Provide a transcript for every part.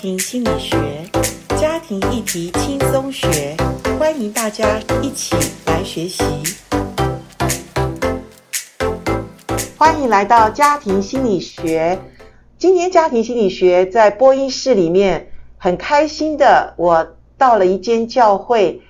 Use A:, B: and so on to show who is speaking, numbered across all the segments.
A: 庭心理学，家庭议题轻松学，欢迎大家一起来学习。欢迎来到家庭心理学。今天家庭心理学在播音室里面很开心的，我到了一间教会，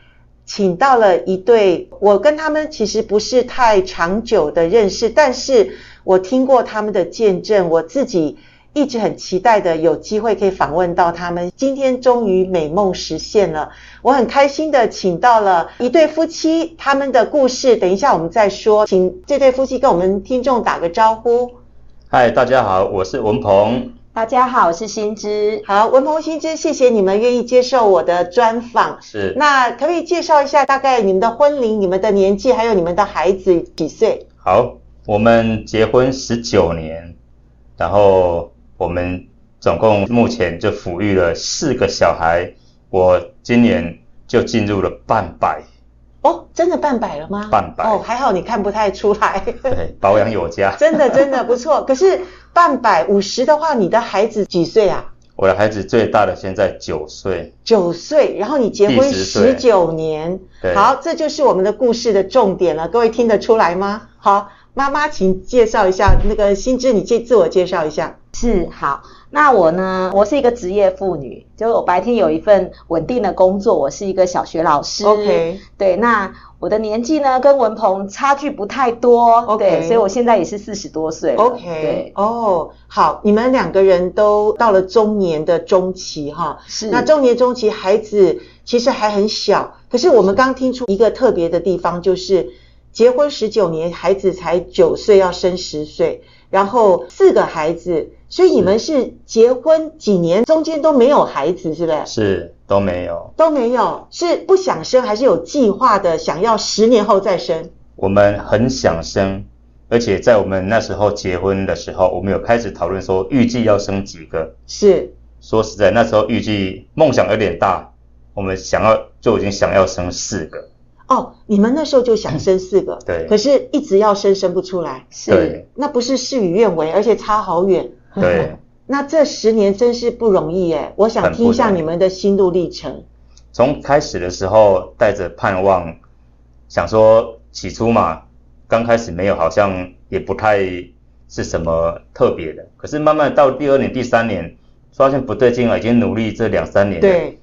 A: 请到了一对，我跟他们其实不是太长久的认识，但是我听过他们的见证，我自己一直很期待的有机会可以访问到他们。今天终于美梦实现了，我很开心的请到了一对夫妻，他们的故事等一下我们再说，请这对夫妻跟我们听众打个招呼。
B: 嗨，大家好，我是文鹏。
C: 大家好，我是新知。
A: 好，文鹏新知，谢谢你们愿意接受我的专访。
B: 是
A: 那可不可以介绍一下大概你们的婚龄、你们的年纪，还有你们的孩子几岁？
B: 好，我们结婚十九年，然后我们总共目前就抚育了四个小孩，我今年就进入了半百，
A: 哦，真的半百了吗？
B: 半百
A: 哦，还好你看不太出来，
B: 对， 保养有加。
A: 真的真的不错。可是半百五十的话，你的孩子几岁啊？
B: 我的孩子最大的现在九岁，
A: 九岁，然后你结婚
B: 10
A: 十
B: 岁
A: 九年，
B: 对
A: 好，这就是我们的故事的重点了。各位听得出来吗？好，妈妈，请介绍一下那个新知，你介自我介绍一下。
C: 是好，那我呢？我是一个职业妇女，就是我白天有一份稳定的工作，我是一个小学老师。
A: OK
C: 对，那我的年纪呢跟文鹏差距不太多
A: OK
C: 对，所以我现在也是四十多岁了。
A: OK，
C: 对，
A: 哦，好，你们两个人都到了中年的中期哈。
C: 是
A: 那中年中期，孩子其实还很小，可是我们刚听出一个特别的地方，就是结婚十九年，孩子才九岁，要生十岁，然后四个孩子，所以你们是结婚几年中间都没有孩子，是不是？
B: 是都没有。
A: 都没有，是不想生，还是有计划的，想要十年后再生？
B: 我们很想生，而且在我们那时候结婚的时候，我们有开始讨论说预计要生几个。
A: 是
B: 说实在，那时候预计梦想有点大，我们想要就已经想要生四 个。
A: 哦，你们那时候就想生四个，
B: 嗯对
A: 可是一直要生生不出来，
B: 对
C: 是，
A: 那不是事与愿违，而且差好远。
B: 对，
A: 那这十年真是不容易耶，我想
B: 很不
A: 听一下
B: 容易
A: 你们的心路历程。
B: 从开始的时候带着盼望，想说起初嘛，刚开始没有，好像也不太是什么特别的。可是慢慢到第二年、第三年，发现不对劲了，已经努力这两三年了，
A: 对，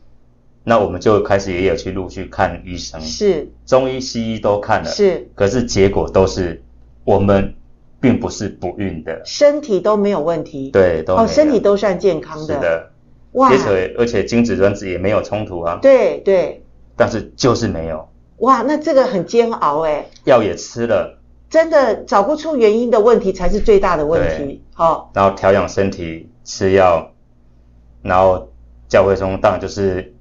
B: 那我们就开始也有去陆续看医生，
A: 是
B: 中医、西医都看了，
A: 是，
B: 可是结果都是我们并不是不孕的，
A: 身体都没有问题，，
B: 对，都
A: 哦，
B: 没有
A: 身体都算健康
B: 是的，
A: 哇，
B: 而且而且精子卵子也没有冲突啊，
A: 对对，
B: 但是就是没有，
A: 哇，那这个很煎熬哎，
B: 药也吃了，
A: 真的找不出原因的问题才是最大的问
B: 对
A: 题。好、
B: 然后调养身体，吃药，然后教会中当然就是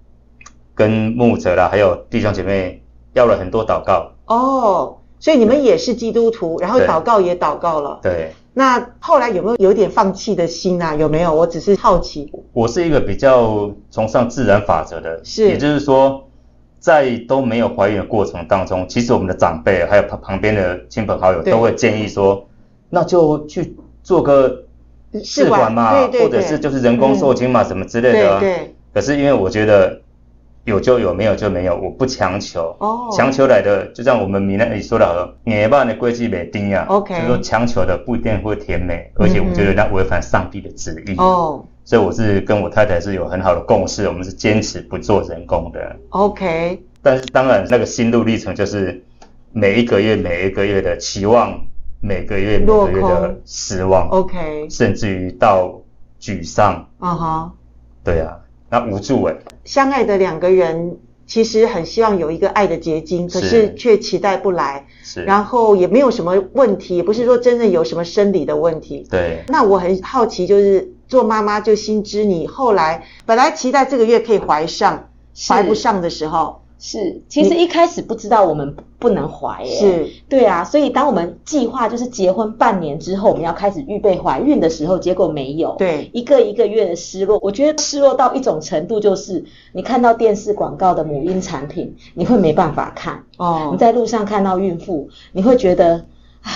B: 跟牧者啦，还有弟兄姐妹要了很多祷告，
A: 哦，所以你们也是基督徒，然后
B: 对
A: 祷告也祷告了。
B: 对
A: 那后来有没有有点放弃的心啊？有没有？我只是好奇。
B: 我是一个比较崇尚自然法则的，
A: 是
B: 也就是说。在都没有怀孕的过程当中，其实我们的长辈还有旁旁边的亲朋好友
A: 对
B: 都会建议说，那就去做个试管嘛，
A: 对对对
B: 或者是就是人工受精嘛，什么之类的、啊。
A: 对
B: 可是因为我觉得有就有，没有就没有，我不强求。
A: 哦
B: 强求来的，就像我们闽南语说的好了，年半的规矩没定啊。
A: OK 嗯
B: 就是说强求的不一定会甜美，而且我觉得那违反上帝的旨意。啊
A: 对。，哦
B: 所以我是跟我太太是有很好的共识，我们是坚持不做人工的。
A: ，OK，
B: 但是当然，那个心路历程就是每一个月、每一个月的期望，每个月、每
A: 落
B: 个
A: 空
B: 月的失望
A: OK
B: 甚至于到沮丧，
A: 啊哈，
B: 对啊，那无助哎、
A: 相爱的两个人其实很希望有一个爱的结晶，可是
B: 是
A: 却期待不来，
B: 是，
A: 然后也没有什么问题，也不是说真的有什么生理的问题。
B: 对，
A: 那我很好奇，就是做妈妈就心知你后来本来期待这个月可以怀上，
C: 是
A: 怀不上的时候
C: 是，其实一开始不知道我们不不能怀耶。
A: 是
C: 对啊，所以当我们计划就是结婚半年之后，我们要开始预备怀孕的时候，结果没有。
A: 对
C: 一个一个月的失落，我觉得失落到一种程度，就是你看到电视广告的母婴产品，你会没办法看；
A: 哦
C: 你在路上看到孕妇，你会觉得啊，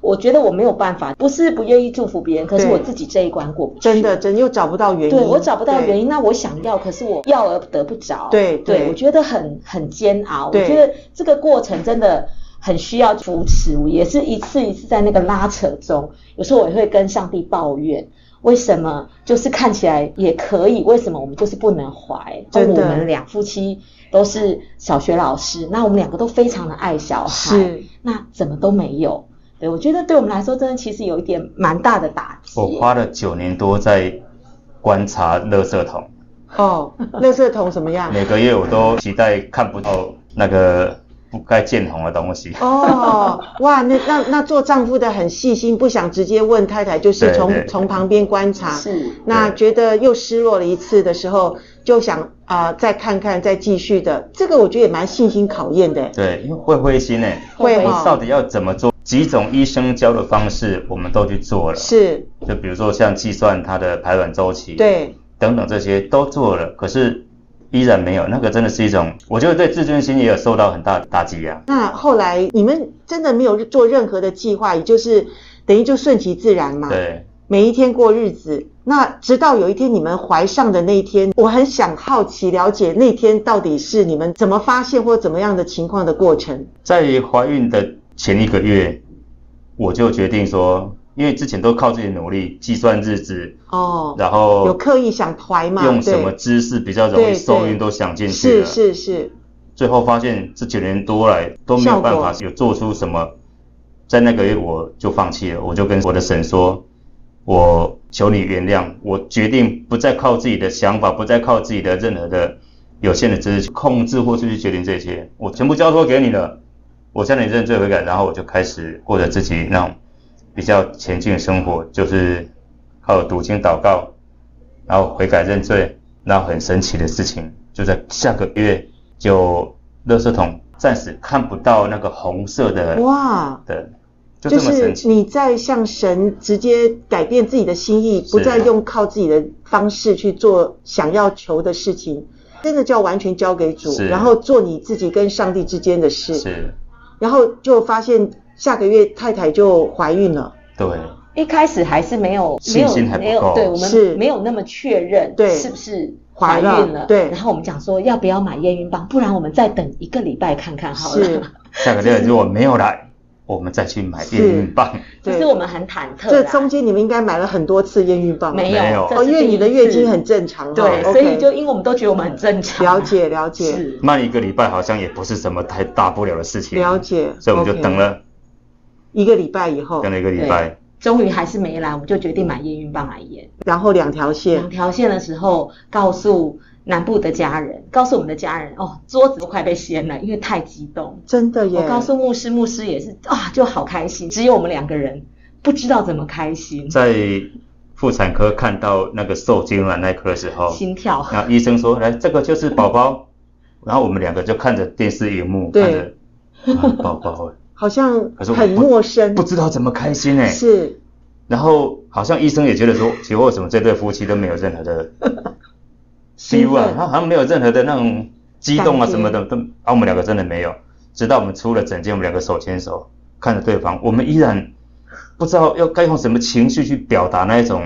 C: 我觉得我没有办法，不是不愿意祝福别人，可是
A: 对
C: 我自己这一关过不去。
A: 真的，真又找不到原因，
C: 对我找不到原
A: 因，
C: 因，那我想要，可是我要而得不着。
A: 对
C: 对
A: 对
C: 我觉得很很煎熬。我
A: 对
C: 觉得这个过程真的很需要扶持，我也是一次一次在那个拉扯中，有时候我也会跟上帝抱怨。为什么就是看起来也可以？为什么我们就是不能怀？
A: 真的
C: 我们两夫妻都是小学老师，那我们两个都非常的爱小孩，
A: 是
C: 那怎么都没有？对我觉得对我们来说，真的其实有一点蛮大的打击。
B: 我花了九年多在观察垃圾桶，
A: 哦，垃圾桶什么 样？
B: 每个月我都期待看不到那个不该见红的东西。
A: 哦，哇，那那那做丈夫的很细心，不想直接问太太，就是
B: 对对
A: 从
B: 对
A: 从旁边观察。
C: 是
A: 那
B: 对
A: 觉得又失落了一次的时候，就想啊、再看看，再继续的。这个我觉得也蛮信心考验的。
B: 对，因为会灰心呢、
A: 会
B: 我
A: 哦
B: 到底要怎么做？几种医生教的方式我们都去做了，
A: 是，
B: 就比如说像计算它的排卵周期，，
A: 对，
B: 等等这些都做了，可是依然没有，那个真的是一种，我觉得对自尊心也有受到很大的打击啊。
A: 那后来你们真的没有做任何的计划，也就是等于就顺其自然嘛，
B: 对，
A: 每一天过日子。那直到有一天你们怀上的那一天，我很想好奇了解那天到底是你们怎么发现或怎么样的情况的过程。
B: 在怀孕的前一个月，我就决定说，因为之前都靠自己努力计算日子，
A: 哦，
B: 然后
A: 有刻意想怀嘛？
B: 用什
A: 对
B: 么姿势比较容易
A: 对
B: 受
A: 对
B: 孕都想进去啊
A: 是
B: 了，
A: 是是，
B: 最后发现这九年多来都没有办法
A: 效
B: 有做出什么，在那个月我就放弃了，我就跟我的神说，我求你原谅，我决定不再靠自己的想法，不再靠自己的任何的有限的知识去控制或是去决定这些，我全部交托给你了，我向你认罪悔改，然后我就开始过着自己那种比较前进的生活，就是靠读经祷告，然后悔改认罪，然后很神奇的事情就在下个月就垃圾桶暂时看不到那个红色的
A: 哇，
B: 的，就
A: 就
B: 这么神
A: 是
B: 奇。
A: 你在向神直接改变自己的心意，
B: 是啊
A: 不再用靠自己的方式去做想要求的事情，真的叫完全交给主，
B: 是
A: 然后做你自己跟上帝之间的事，
B: 是，
A: 然后就发现下个月太太就怀孕了，
B: 对，
C: 一开始还是没有没
B: 信
C: 有
B: 心还不
C: 没有，
B: 够
C: 对我
A: 是
C: 们没有那么确认，
A: 对
C: 是不是
A: 怀
C: 怀
A: 了
C: 孕了？
A: 对
C: 然后我们讲说要不要买验孕棒，不然我们再等一个礼拜看看好
A: 是
C: 了。
B: 下个月如果没有来，我们再去买
A: 是
B: 验孕棒。
C: 其
A: 对
C: 实我们很忐忑啦，啊
A: 这中间你们应该买了很多次验孕棒吧，
C: 没
B: 没
C: 有
B: 有，
C: 这
A: 哦，
C: 是
A: 因为
C: 第
A: 你
C: 一
A: 的月
C: 次
A: 经很正常哈，
C: 对，
A: OK
C: 所以就因为我们都觉得我们很正常啊，
A: 了解了解
C: 是
B: 慢一个礼拜好像也不是什么太大不了的事情，
A: 了解，
B: 所以我们就
A: OK
B: 等了
A: 一个礼拜以后
B: 等，了一个礼拜，
C: 终于还是没来，我们就决定买验孕棒来验。
A: 然后两条线
C: 两，条线的时候，告诉南部的家人，告诉我们的家人，哦，桌子都快被掀了，因为太激动。
A: 真的耶，
C: 我告诉牧师，牧师也是啊，就好开心，只有我们两个人不知道怎么开心，
B: 在妇产科看到那个受精卵那一颗的时候，
C: 心跳。
B: 然后医生说：“来，这个就是宝宝。”然后我们两个就看着电视荧幕，
A: 对
B: 看着、啊宝宝，
A: 好像
B: 可是我
A: 很
B: 不
A: 陌生
B: 不，知道怎么开心哎、
A: 是。
B: 然后好像医生也觉得说，奇怪，为什么这对夫妻都没有任何的
A: 兴
B: feel 啊？
A: 奋
B: 他好像没有任何的那种激动
A: 感
B: 啊
A: 觉
B: 什么的，都啊，我们两个真的没有。直到我们出了诊间，我们两个手牵手看着对方，我们依然不知道要该用什么情绪去表达那一种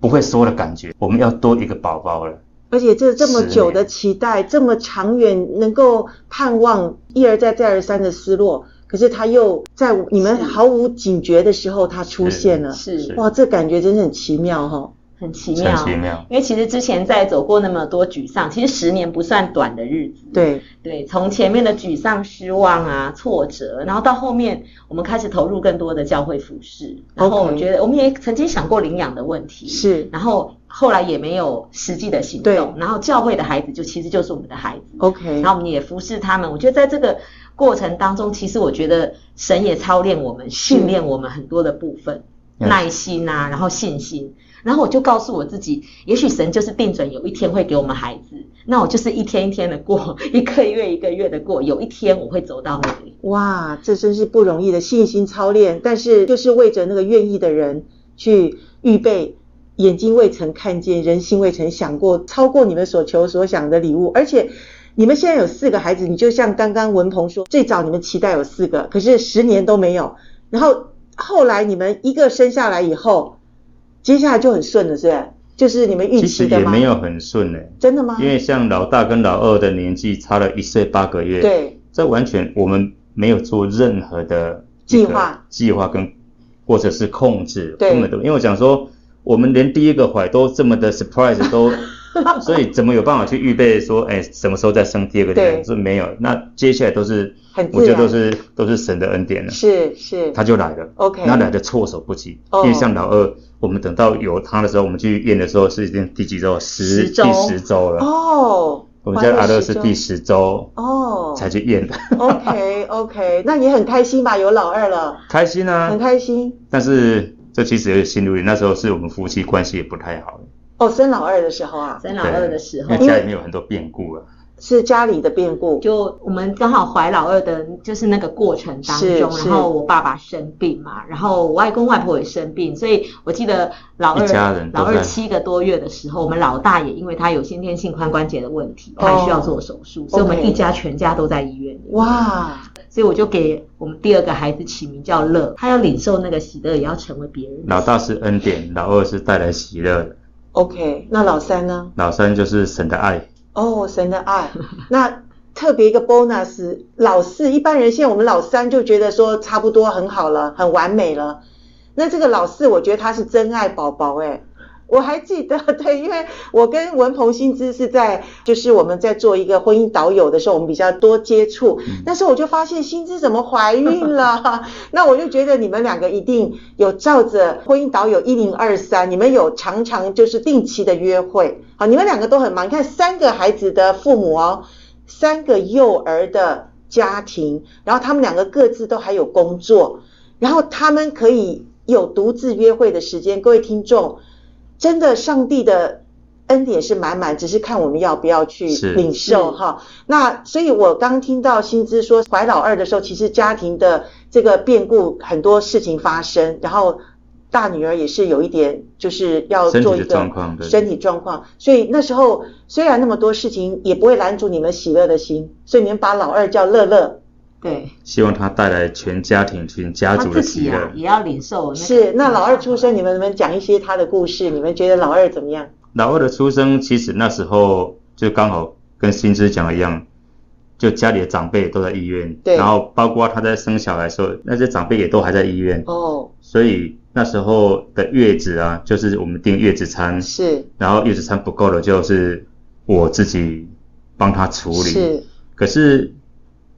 B: 不会说的感觉。我们要多一个宝宝了。
A: 而且这这么
B: 十
A: 久
B: 年
A: 的期待，这么长远，能够盼望一而再再而三的失落，可是他又在你们
C: 是
A: 毫无警觉的时候，他出现了。
C: 是
B: 是
A: 哇，这感觉真是很奇妙哈、哦！
C: 很奇
B: 很
C: 妙，
B: 奇妙
C: 因为其实之前在走过那么多沮丧，其实十年不算短的日子。
A: 对，
C: 对，从前面的沮丧、失望啊、挫折，然后到后面我们开始投入更多的教会服饰，然后我
A: OK
C: 觉得我们也曾经想过领养的问题，
A: 是
C: 然后后来也没有实际的行动，
A: 对
C: 然后教会的孩子就其实就是我们的孩子，
A: OK
C: 然后我们也服侍他们。我觉得在这个过程当中，其实我觉得神也操练我们、训练我们很多的部分，
B: 嗯
C: 耐心啊，然后信心。然后我就告诉我自己，也许神就是定准有一天会给我们孩子，那我就是一天一天的过， 一个月一个月的过，有一天我会走到那里。
A: 哇，这真是不容易的信心操练，但是就是为着那个愿意的人去预备，眼睛未曾看见，人心未曾想过，超过你们所求所想的礼物。而且你们现在有四个孩子，你就像刚刚文鹏说，最早你们期待有四个，可是十年都没有，然后后来你们一个生下来以后，接下来就很顺了，是不是？就是你们预
B: 其
A: 期
B: 实
A: 的
B: 也
A: 吗？
B: 没有很顺呢、
A: 真的吗？
B: 因为像老大跟老二的年纪差了一岁八个月，，
A: 对，
B: 这完全我们没有做任何的
A: 计划、
B: 计划跟或者是控制，
A: 对
B: 根本都因为我想说，我们连第一个怀都这么的 surprise 都，所以怎么有办法去预备说，哎，什么时候再生第二个？
A: 对
B: 是没有。那接下来都是，
A: 很
B: 我
A: 自
B: 觉
A: 然。
B: 得都是都是神的恩典了，
A: 是是
B: 他就来了。
A: ，OK，
B: 那来的措手不及，
A: 哦
B: 因为像老二，我们等到有他的时候，我们去验的时候是已经第几周？十
C: 十周
B: 第十周了。
A: 哦，
B: 我们家的阿乐是
A: 怀了
B: 第
A: 十
B: 十周
A: 周哦
B: 才去验的，
A: ，OK OK，那也很开心吧？有老二了，
B: 开心啊
A: 很！开心
B: 但是这其实有点心路历程，那时候是我们夫妻关系也不太好，
A: 哦。生老二的时候啊，
C: 生老二的时
B: 因
C: 候
B: 为。家里面有很多变故啊。
A: 是家里的变故，
C: 就我们刚好怀老二的，就是那个过程当
A: 是
C: 中，
A: 是
C: 然后我爸爸生病嘛，然后我外公外婆也生病，所以我记得老
B: 一家
C: 二
B: 人都
C: 老
B: 在
C: 二七个多月的时候，我们老大也因为他有先天性髋关节的问题，他也需要做手术，所以我们
A: 哦 OK
C: 一家全家都在医院里。
A: 哇，
C: 所以我就给我们第二个孩子起名叫乐，他要领受那个喜乐，也要成为别人的
B: 老大是恩典，老二是带来喜乐的，
A: OK，那老三呢？
B: 老三就是神的爱。
A: 哦，神的爱。那特别一个 bonus，老四，一般人现在我们老三就觉得说差不多很好了，很完美了。那这个老四，我觉得他是真爱宝宝哎。我还记得， 对，因为我跟文鹏薪资是在，就是我们在做一个婚姻导友的时候，我们比较多接触。那时候我就发现薪资怎么怀孕了， 那我就觉得你们两个一定有照着婚姻导友一零二三，你们有常常就是定期的约会，好，你们两个都很忙。你看三个孩子的父母哦，三个幼儿的家庭，然后他们两个各自都还有工作，然后他们可以有独自约会的时间。各位听众，真的，上帝的恩典是满满，只是看我们要不要去
B: 是
A: 领受
C: 是
A: 哈。那所以，我刚听到薪资说怀老二的时候，其实家庭的这个变故很多事情发生，然后大女儿也是有一点，就是要
B: 身体
A: 做
B: 的
A: 一
B: 状
A: 个
B: 况对
A: 身体状况，所以那时候虽然那么多事情，也不会拦阻你们喜乐的心，所以你们把老二叫乐乐。
C: 对，
B: 希望他带来全家庭、全家
C: 他
B: 族
C: 自
B: 的喜
C: 己啊
B: 乐。
C: 也要领受、那个。
A: 是，那老二出生，你们能不能讲一些他的故事？你们觉得老二怎么样？
B: 老二的出生，其实那时候就刚好跟新之讲的一样，就家里的长辈都在医院，
A: 对
B: 然后包括他在生小孩的时候，那些长辈也都还在医院，
A: 哦，
B: 所以那时候的月子啊，就是我们订月子餐，
A: 是
B: 然后月子餐不够了，就是我自己帮他处理。
A: 是，
B: 可是，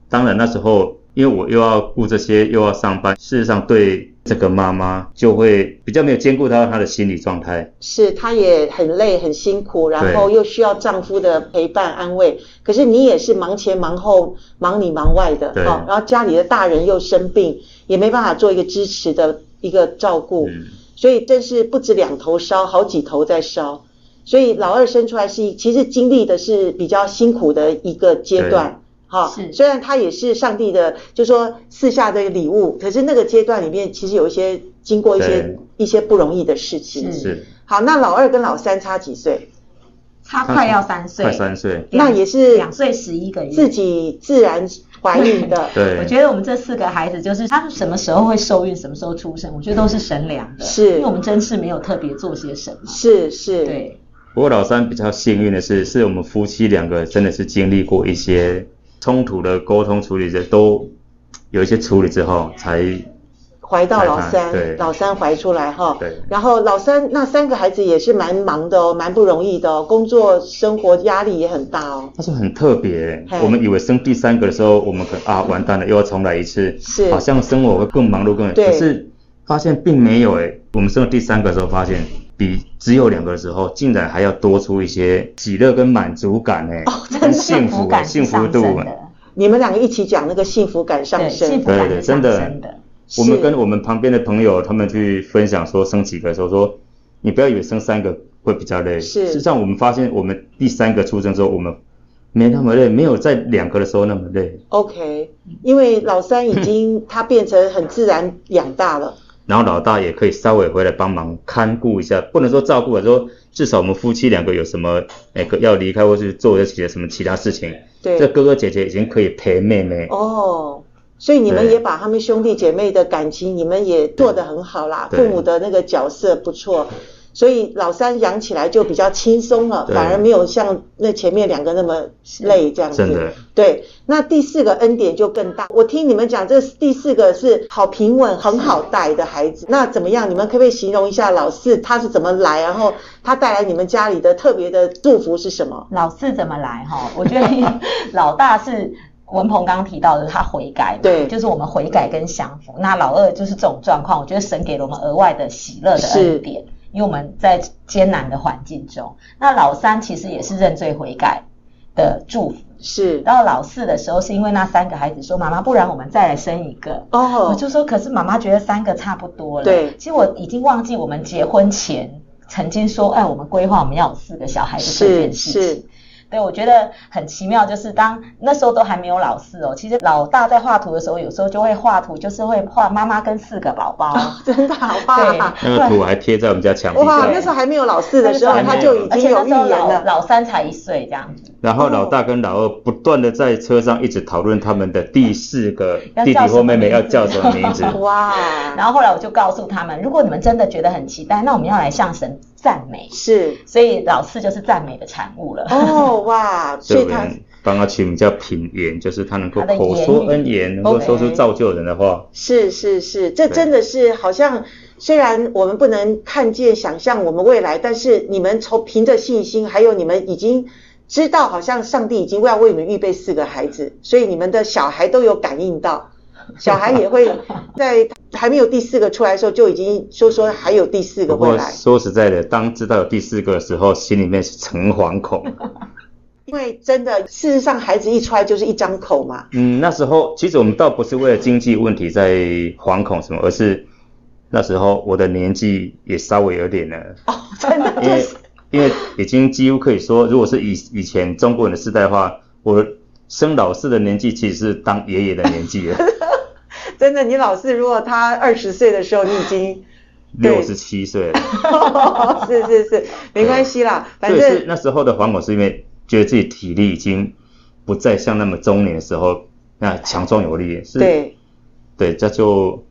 B: 当然那时候，因为我又要顾这些，又要上班，事实上对这个妈妈就会比较没有兼顾到她的心理状态。
A: 是，她也很累很辛苦，然后又需要丈夫的陪伴安慰。可是你也是忙前忙后，忙里忙外的，哦
B: 对
A: 然后家里的大人又生病，也没办法做一个支持的一个照顾，
B: 嗯，
A: 所以真是不止两头烧，好几头在烧。所以老二生出来是其实经历的是比较辛苦的一个阶段。哈，
C: 是
A: 虽然他也是上帝的，就说赐下的礼物，可是那个阶段里面，其实有一些经过一些
B: 对
A: 一些不容易的事情。
C: 是
B: 是
A: 好，那老二跟老三差几岁？
C: 他快要三岁，
B: 快三岁，，
C: 两
A: 那也是
C: 两岁十一个月。
A: 自己自然怀孕的
B: 对，
C: 我觉得我们这四个孩子，就是他们什么时候会受孕，什么时候出生，我觉得都是神良的，
A: 是
C: 因为我们真是没有特别做些什么。
A: 是是，
C: 对，
B: 不过老三比较幸运的是，是我们夫妻两个真的是经历过一些冲突的沟通处理的，都有一些处理之后才
A: 怀到老
B: 怀他对
A: 三，老三怀出来哈。
B: 对
A: 然后老三那三个孩子也是蛮忙的哦，蛮不容易的哦，工作生活压力也很大哦。
B: 那时候很特别、
A: 嘿
B: 我们以为生第三个的时候，我们可啊完蛋了，又要重来一次，
A: 是
B: 好像生活会更忙碌更累。
A: 对
B: 可是发现并没有诶、欸我们生了第三个的时候，发现比只有两个的时候，竟然还要多出一些喜乐跟满足感诶、跟幸
C: 福
B: 福欸
C: 感是
B: 幸
C: 上
B: 福
C: 升
B: 度、啊欸
C: 的，
A: 你们两个一起讲那个幸福感上
C: 对，幸
A: 升
C: 福，感
B: 对
C: 是
B: 对真
C: 上
B: 的
C: 升的。
B: 我们
A: 是
B: 跟我们旁边的朋友他们去分享说生几个的时候说，你不要以为生三个会比较累，
A: 是
B: 事实上我们发现我们第三个出生之后，我们没那么累，没有在两个的时候那么累。
A: OK，因为老三已经他变成很自然养大了，
B: 然后老大也可以稍微回来帮忙看顾一下，不能说照顾，说至少我们夫妻两个有什么那个要离开或是做一些什么其他事情，这
A: 对，
B: 哥哥姐姐已经可以陪妹妹，
A: 哦，所以你们
B: 对
A: 也把他们兄弟姐妹的感情，你们也做得很好啦，
B: 对
A: 父母的那个角色不错，所以老三养起来就比较轻松了，
B: 对
A: 反而没有像那前面两个那么累这样
B: 真
A: 子。
B: 的，
A: 对，那第四个恩典就更大。我听你们讲，这第四个是好平稳、很好带的孩子。那怎么样？你们可不可以形容一下老四他是怎么来，然后他带来你们家里的特别的祝福是什么？
C: 老四怎么来哈？我觉得老大是文鹏刚刚提到的，他悔改嘛，
A: 对
C: 就是我们悔改跟降服。那老二就是这种状况，我觉得神给了我们额外的喜乐的
A: 是
C: 恩典，因为我们在艰难的环境中。那老三其实也是认罪悔改的祝福。
A: 是
C: 到老四的时候，是因为那三个孩子说：“妈妈，不然我们再来生一个。”我
A: 哦，
C: 就说，可是妈妈觉得三个差不多了。
A: 对
C: 其实我已经忘记我们结婚前曾经说，哎，我们规划我们要有四个小孩的这
A: 是
C: 件事情。
A: 是，
C: 对，我觉得很奇妙，就是当那时候都还没有老四哦。其实老大在画图的时候，有时候就会画图，就是会画妈妈跟四个宝宝。
A: 真的好棒！啊
B: 那个图还贴在我们家墙壁
A: 哇，
B: 上
C: 对。
A: 那时候还没有老四的时候，
B: 那时候
A: 他
B: 还没
A: 就
B: 有
A: 已
C: 而
A: 经
C: 且
A: 有
C: 那
A: 预
C: 时候
A: 言
C: 老
A: 了。
C: 老三才一岁这样子，
B: 然后老大跟老二不断的在车上一直讨论他们的第四个
C: 哦要
B: 弟弟
C: 叫什
B: 或
C: 么
B: 妹妹
C: 名
B: 要
C: 字
B: 叫什么名 字。
A: 哇，
C: 然后后来我就告诉他们，如果你们真的觉得很期待，那我们要来向神赞美。
A: 是
C: 所以老四就是赞美的产物了。
A: 哦 哇，所
B: 所以
A: 以
B: 我
A: 他
B: 们帮他取名叫品言，就是他能够
C: 他的
B: 口
C: 言
B: 说
C: 语
B: 恩言，能够说出
A: OK
B: 造就人的话。
A: 是是是，这
B: 对
A: 真的是好像虽然我们不能看见、想象我们未来，但是你们从凭着信心，还有你们已经知道，好像上帝已经要为你们预备四个孩 子，所以你们的小孩都有感应到，小孩也 会在还没有第四个出来的时候就已经说说还有第四个
B: 不
A: 会
B: 过
A: 来。
B: 说实在的，当知道有第四个的时候，心里面是诚惶恐。
A: 因为真的，事实上，孩子一出来就是一张口嘛。
B: 嗯，那时候其实我们倒不是为了经济问题在惶恐什么，而是那时候我的年纪也稍微有点了，
A: 哦真的
B: 因为因为已经几乎可以说，如果是以以前中国人的世代的话，我生老四的年纪其实是当爷爷的年 纪了，
A: 真的，你老是如果他二十岁的时候，你已 经 对
B: 六十七岁了。
A: 是是是，没关系啦，反
B: 所以是
A: 正
B: 那时候的惶恐，是因为觉得自己体力已经不再像那么中年的时候那强壮有力，是
A: 对
B: 对，这就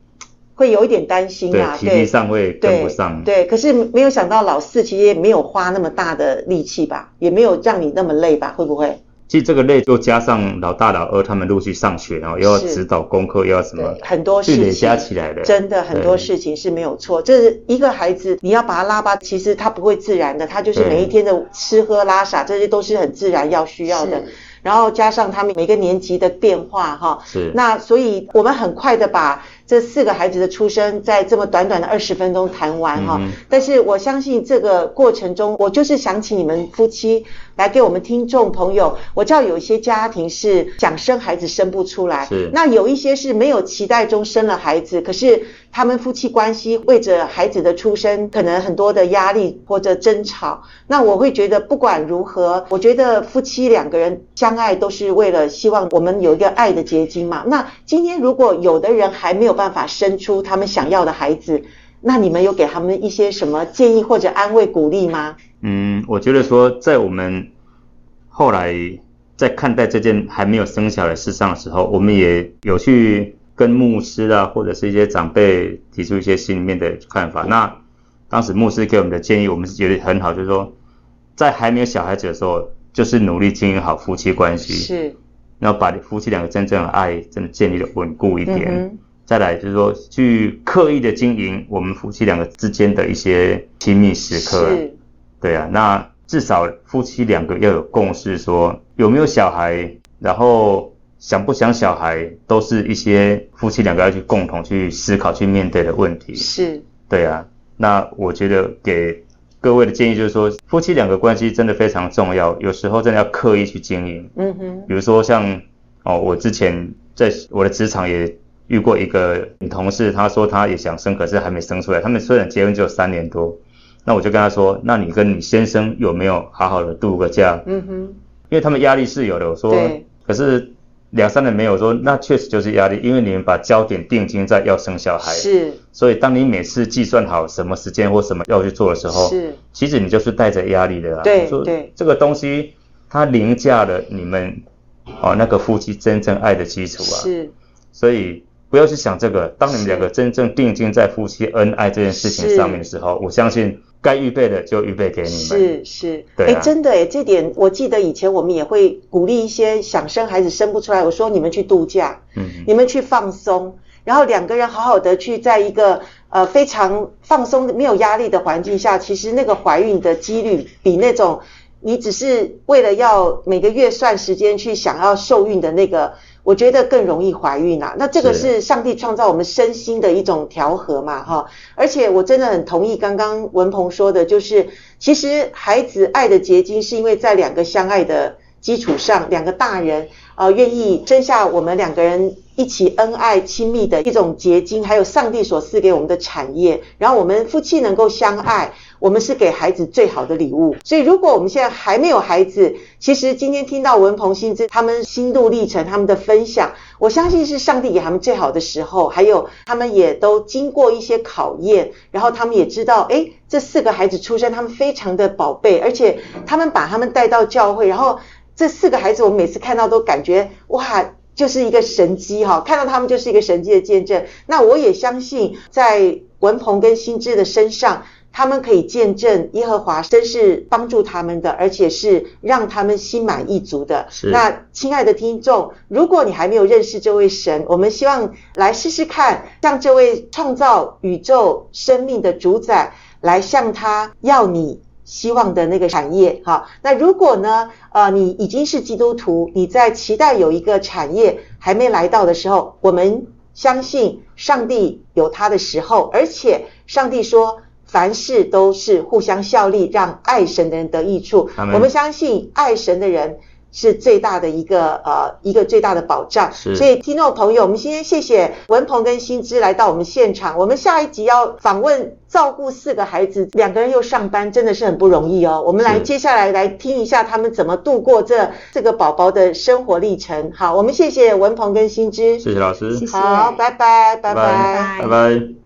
A: 会有一点担心
B: 对
A: 啊，
B: 体力
A: 对
B: 上会跟不上，
A: 对对，可是没有想到老四其实也没有花那么大的力气吧，也没有让你那么累吧，会不会？
B: 其实这个累就加上老大老二他们陆续上学，然后又要
A: 是
B: 指导功课，又要什么
C: 对，
A: 很多
B: 是累
A: 事
B: 加
A: 情。
B: 起来的。
A: 真的很多
B: 对
A: 事情是没有错，这是一个孩子，你要把他拉拔，其实他不会自然的，他就是
B: 对
A: 每一天的吃喝拉撒，这些都是很自然要需要的。
C: 是
A: 然后加上他们每个年级的变化，哈，
B: 是
A: 那所以我们很快的把这四个孩子的出生，在这么短短的二十分钟谈完哈、
B: 嗯哼
A: 但是我相信这个过程中，我就是想请你们夫妻来给我们听众朋友，我知道有一些家庭是想生孩子生不出来，
B: 是
A: 那有一些是没有期待中生了孩子，可是他们夫妻关系为着孩子的出生，可能很多的压力或者争吵。那我会觉得，不管如何，我觉得夫妻两个人相爱都是为了希望我们有一个爱的结晶嘛。那今天如果有的人还没有办法生出他们想要的孩子，那你们有给他们一些什么建议或者安慰鼓励吗？
B: 嗯，我觉得说，在我们后来在看待这件还没有生小孩的事上的时候，我们也有去跟牧师啊，或者是一些长辈提出一些心里面的看法。那当时牧师给我们的建议，我们是觉得很好，就是说，在还没有小孩子的时候，就是努力经营好夫妻关系，
A: 是，
B: 然后把夫妻两个真正的爱真的建立的稳固一
A: 嗯
B: 点。
A: 哼，
B: 再来就是说，去刻意的经营我们夫妻两个之间的一些亲密时刻。
A: 是，
B: 对啊，那至少夫妻两个要有共识说，有没有小孩，然后想不想小孩，都是一些夫妻两个要去共同去思考、去面对的问题。
A: 是，
B: 对啊，那我觉得给各位的建议就是说，夫妻两个关系真的非常重要，有时候真的要刻意去经营。
A: 嗯哼，
B: 比如说像哦，我之前在我的职场也遇过一个女同事，她说她也想生，可是还没生出来。他们虽然结婚只有三年多，那我就跟她说，那你跟你先生有没有好好的度个假？
A: 嗯哼，
B: 因为他们压力是有的。我说
A: 对，
B: 可是两三年没有，我说那确实就是压力，因为你们把焦点定睛在要生小孩，
A: 是，
B: 所以当你每次计算好什么时间或什么要去做的时候，
A: 是，
B: 其实你就是带着压力的啦。
A: 对
B: 说
A: 对
B: 这个东西它凌驾了你们哦那个夫妻真正爱的基础啊。
A: 是，
B: 所以不要去想这个。当你们两个真正定睛在夫妻恩爱这件事情上面的时候，我相信该预备的就预备给你们。
A: 是是，
B: 对
A: 哎、
B: 啊
A: 真的哎，这点我记得以前我们也会鼓励一些想生孩子生不出来，我说你们去度假，
B: 嗯，
A: 你们去放松，然后两个人好好的去在一个呃非常放松、没有压力的环境下，其实那个怀孕的几率比那种你只是为了要每个月算时间去想要受孕的那个，我觉得更容易怀孕啊。那这个
B: 是
A: 是上帝创造我们身心的一种调和嘛，哈。而且我真的很同意刚刚文鹏说的，就是其实孩子爱的结晶是因为在两个相爱的基础上，两个大人呃愿意生下我们两个人一起恩爱亲密的一种结晶，还有上帝所赐给我们的产业，然后我们夫妻能够相爱。我们是给孩子最好的礼物，所以如果我们现在还没有孩子，其实今天听到文鹏、新知他们心路历程、他们的分享，我相信是上帝给他们最好的时候，还有他们也都经过一些考验，然后他们也知道，诶，这四个孩子出生，他们非常的宝贝，而且他们把他们带到教会，然后这四个孩子，我每次看到都感觉哇。就是一个神机哈，看到他们就是一个神机的见证。那我也相信，在文鹏跟新智的身上，他们可以见证耶和华真是帮助他们的，而且是让他们心满意足的。
B: 是
A: 那亲爱的听众，如果你还没有认识这位神，我们希望来试试看，让这位创造宇宙生命的主宰来向他要你。希望的那个产业，哈。那如果呢，呃，你已经是基督徒，你在期待有一个产业还没来到的时候，我们相信上帝有他的时候，而且上帝说凡事都是互相效力，让爱神的人得益处。
B: 阿们
A: 我们相信爱神的人是最大的一个呃一个最大的保障。
B: 是
A: 所以听众朋友，我们今天谢谢文鹏跟新知来到我们现场。我们下一集要访问照顾四个孩子，两个人又上班，真的是很不容易哦。我们来
B: 是
A: 接下来来听一下他们怎么度过这这个宝宝的生活历程。好，我们谢谢文鹏跟新知。
B: 谢谢老师，
C: 谢谢
A: 好，拜拜，拜
B: 拜
C: 拜
B: 拜拜。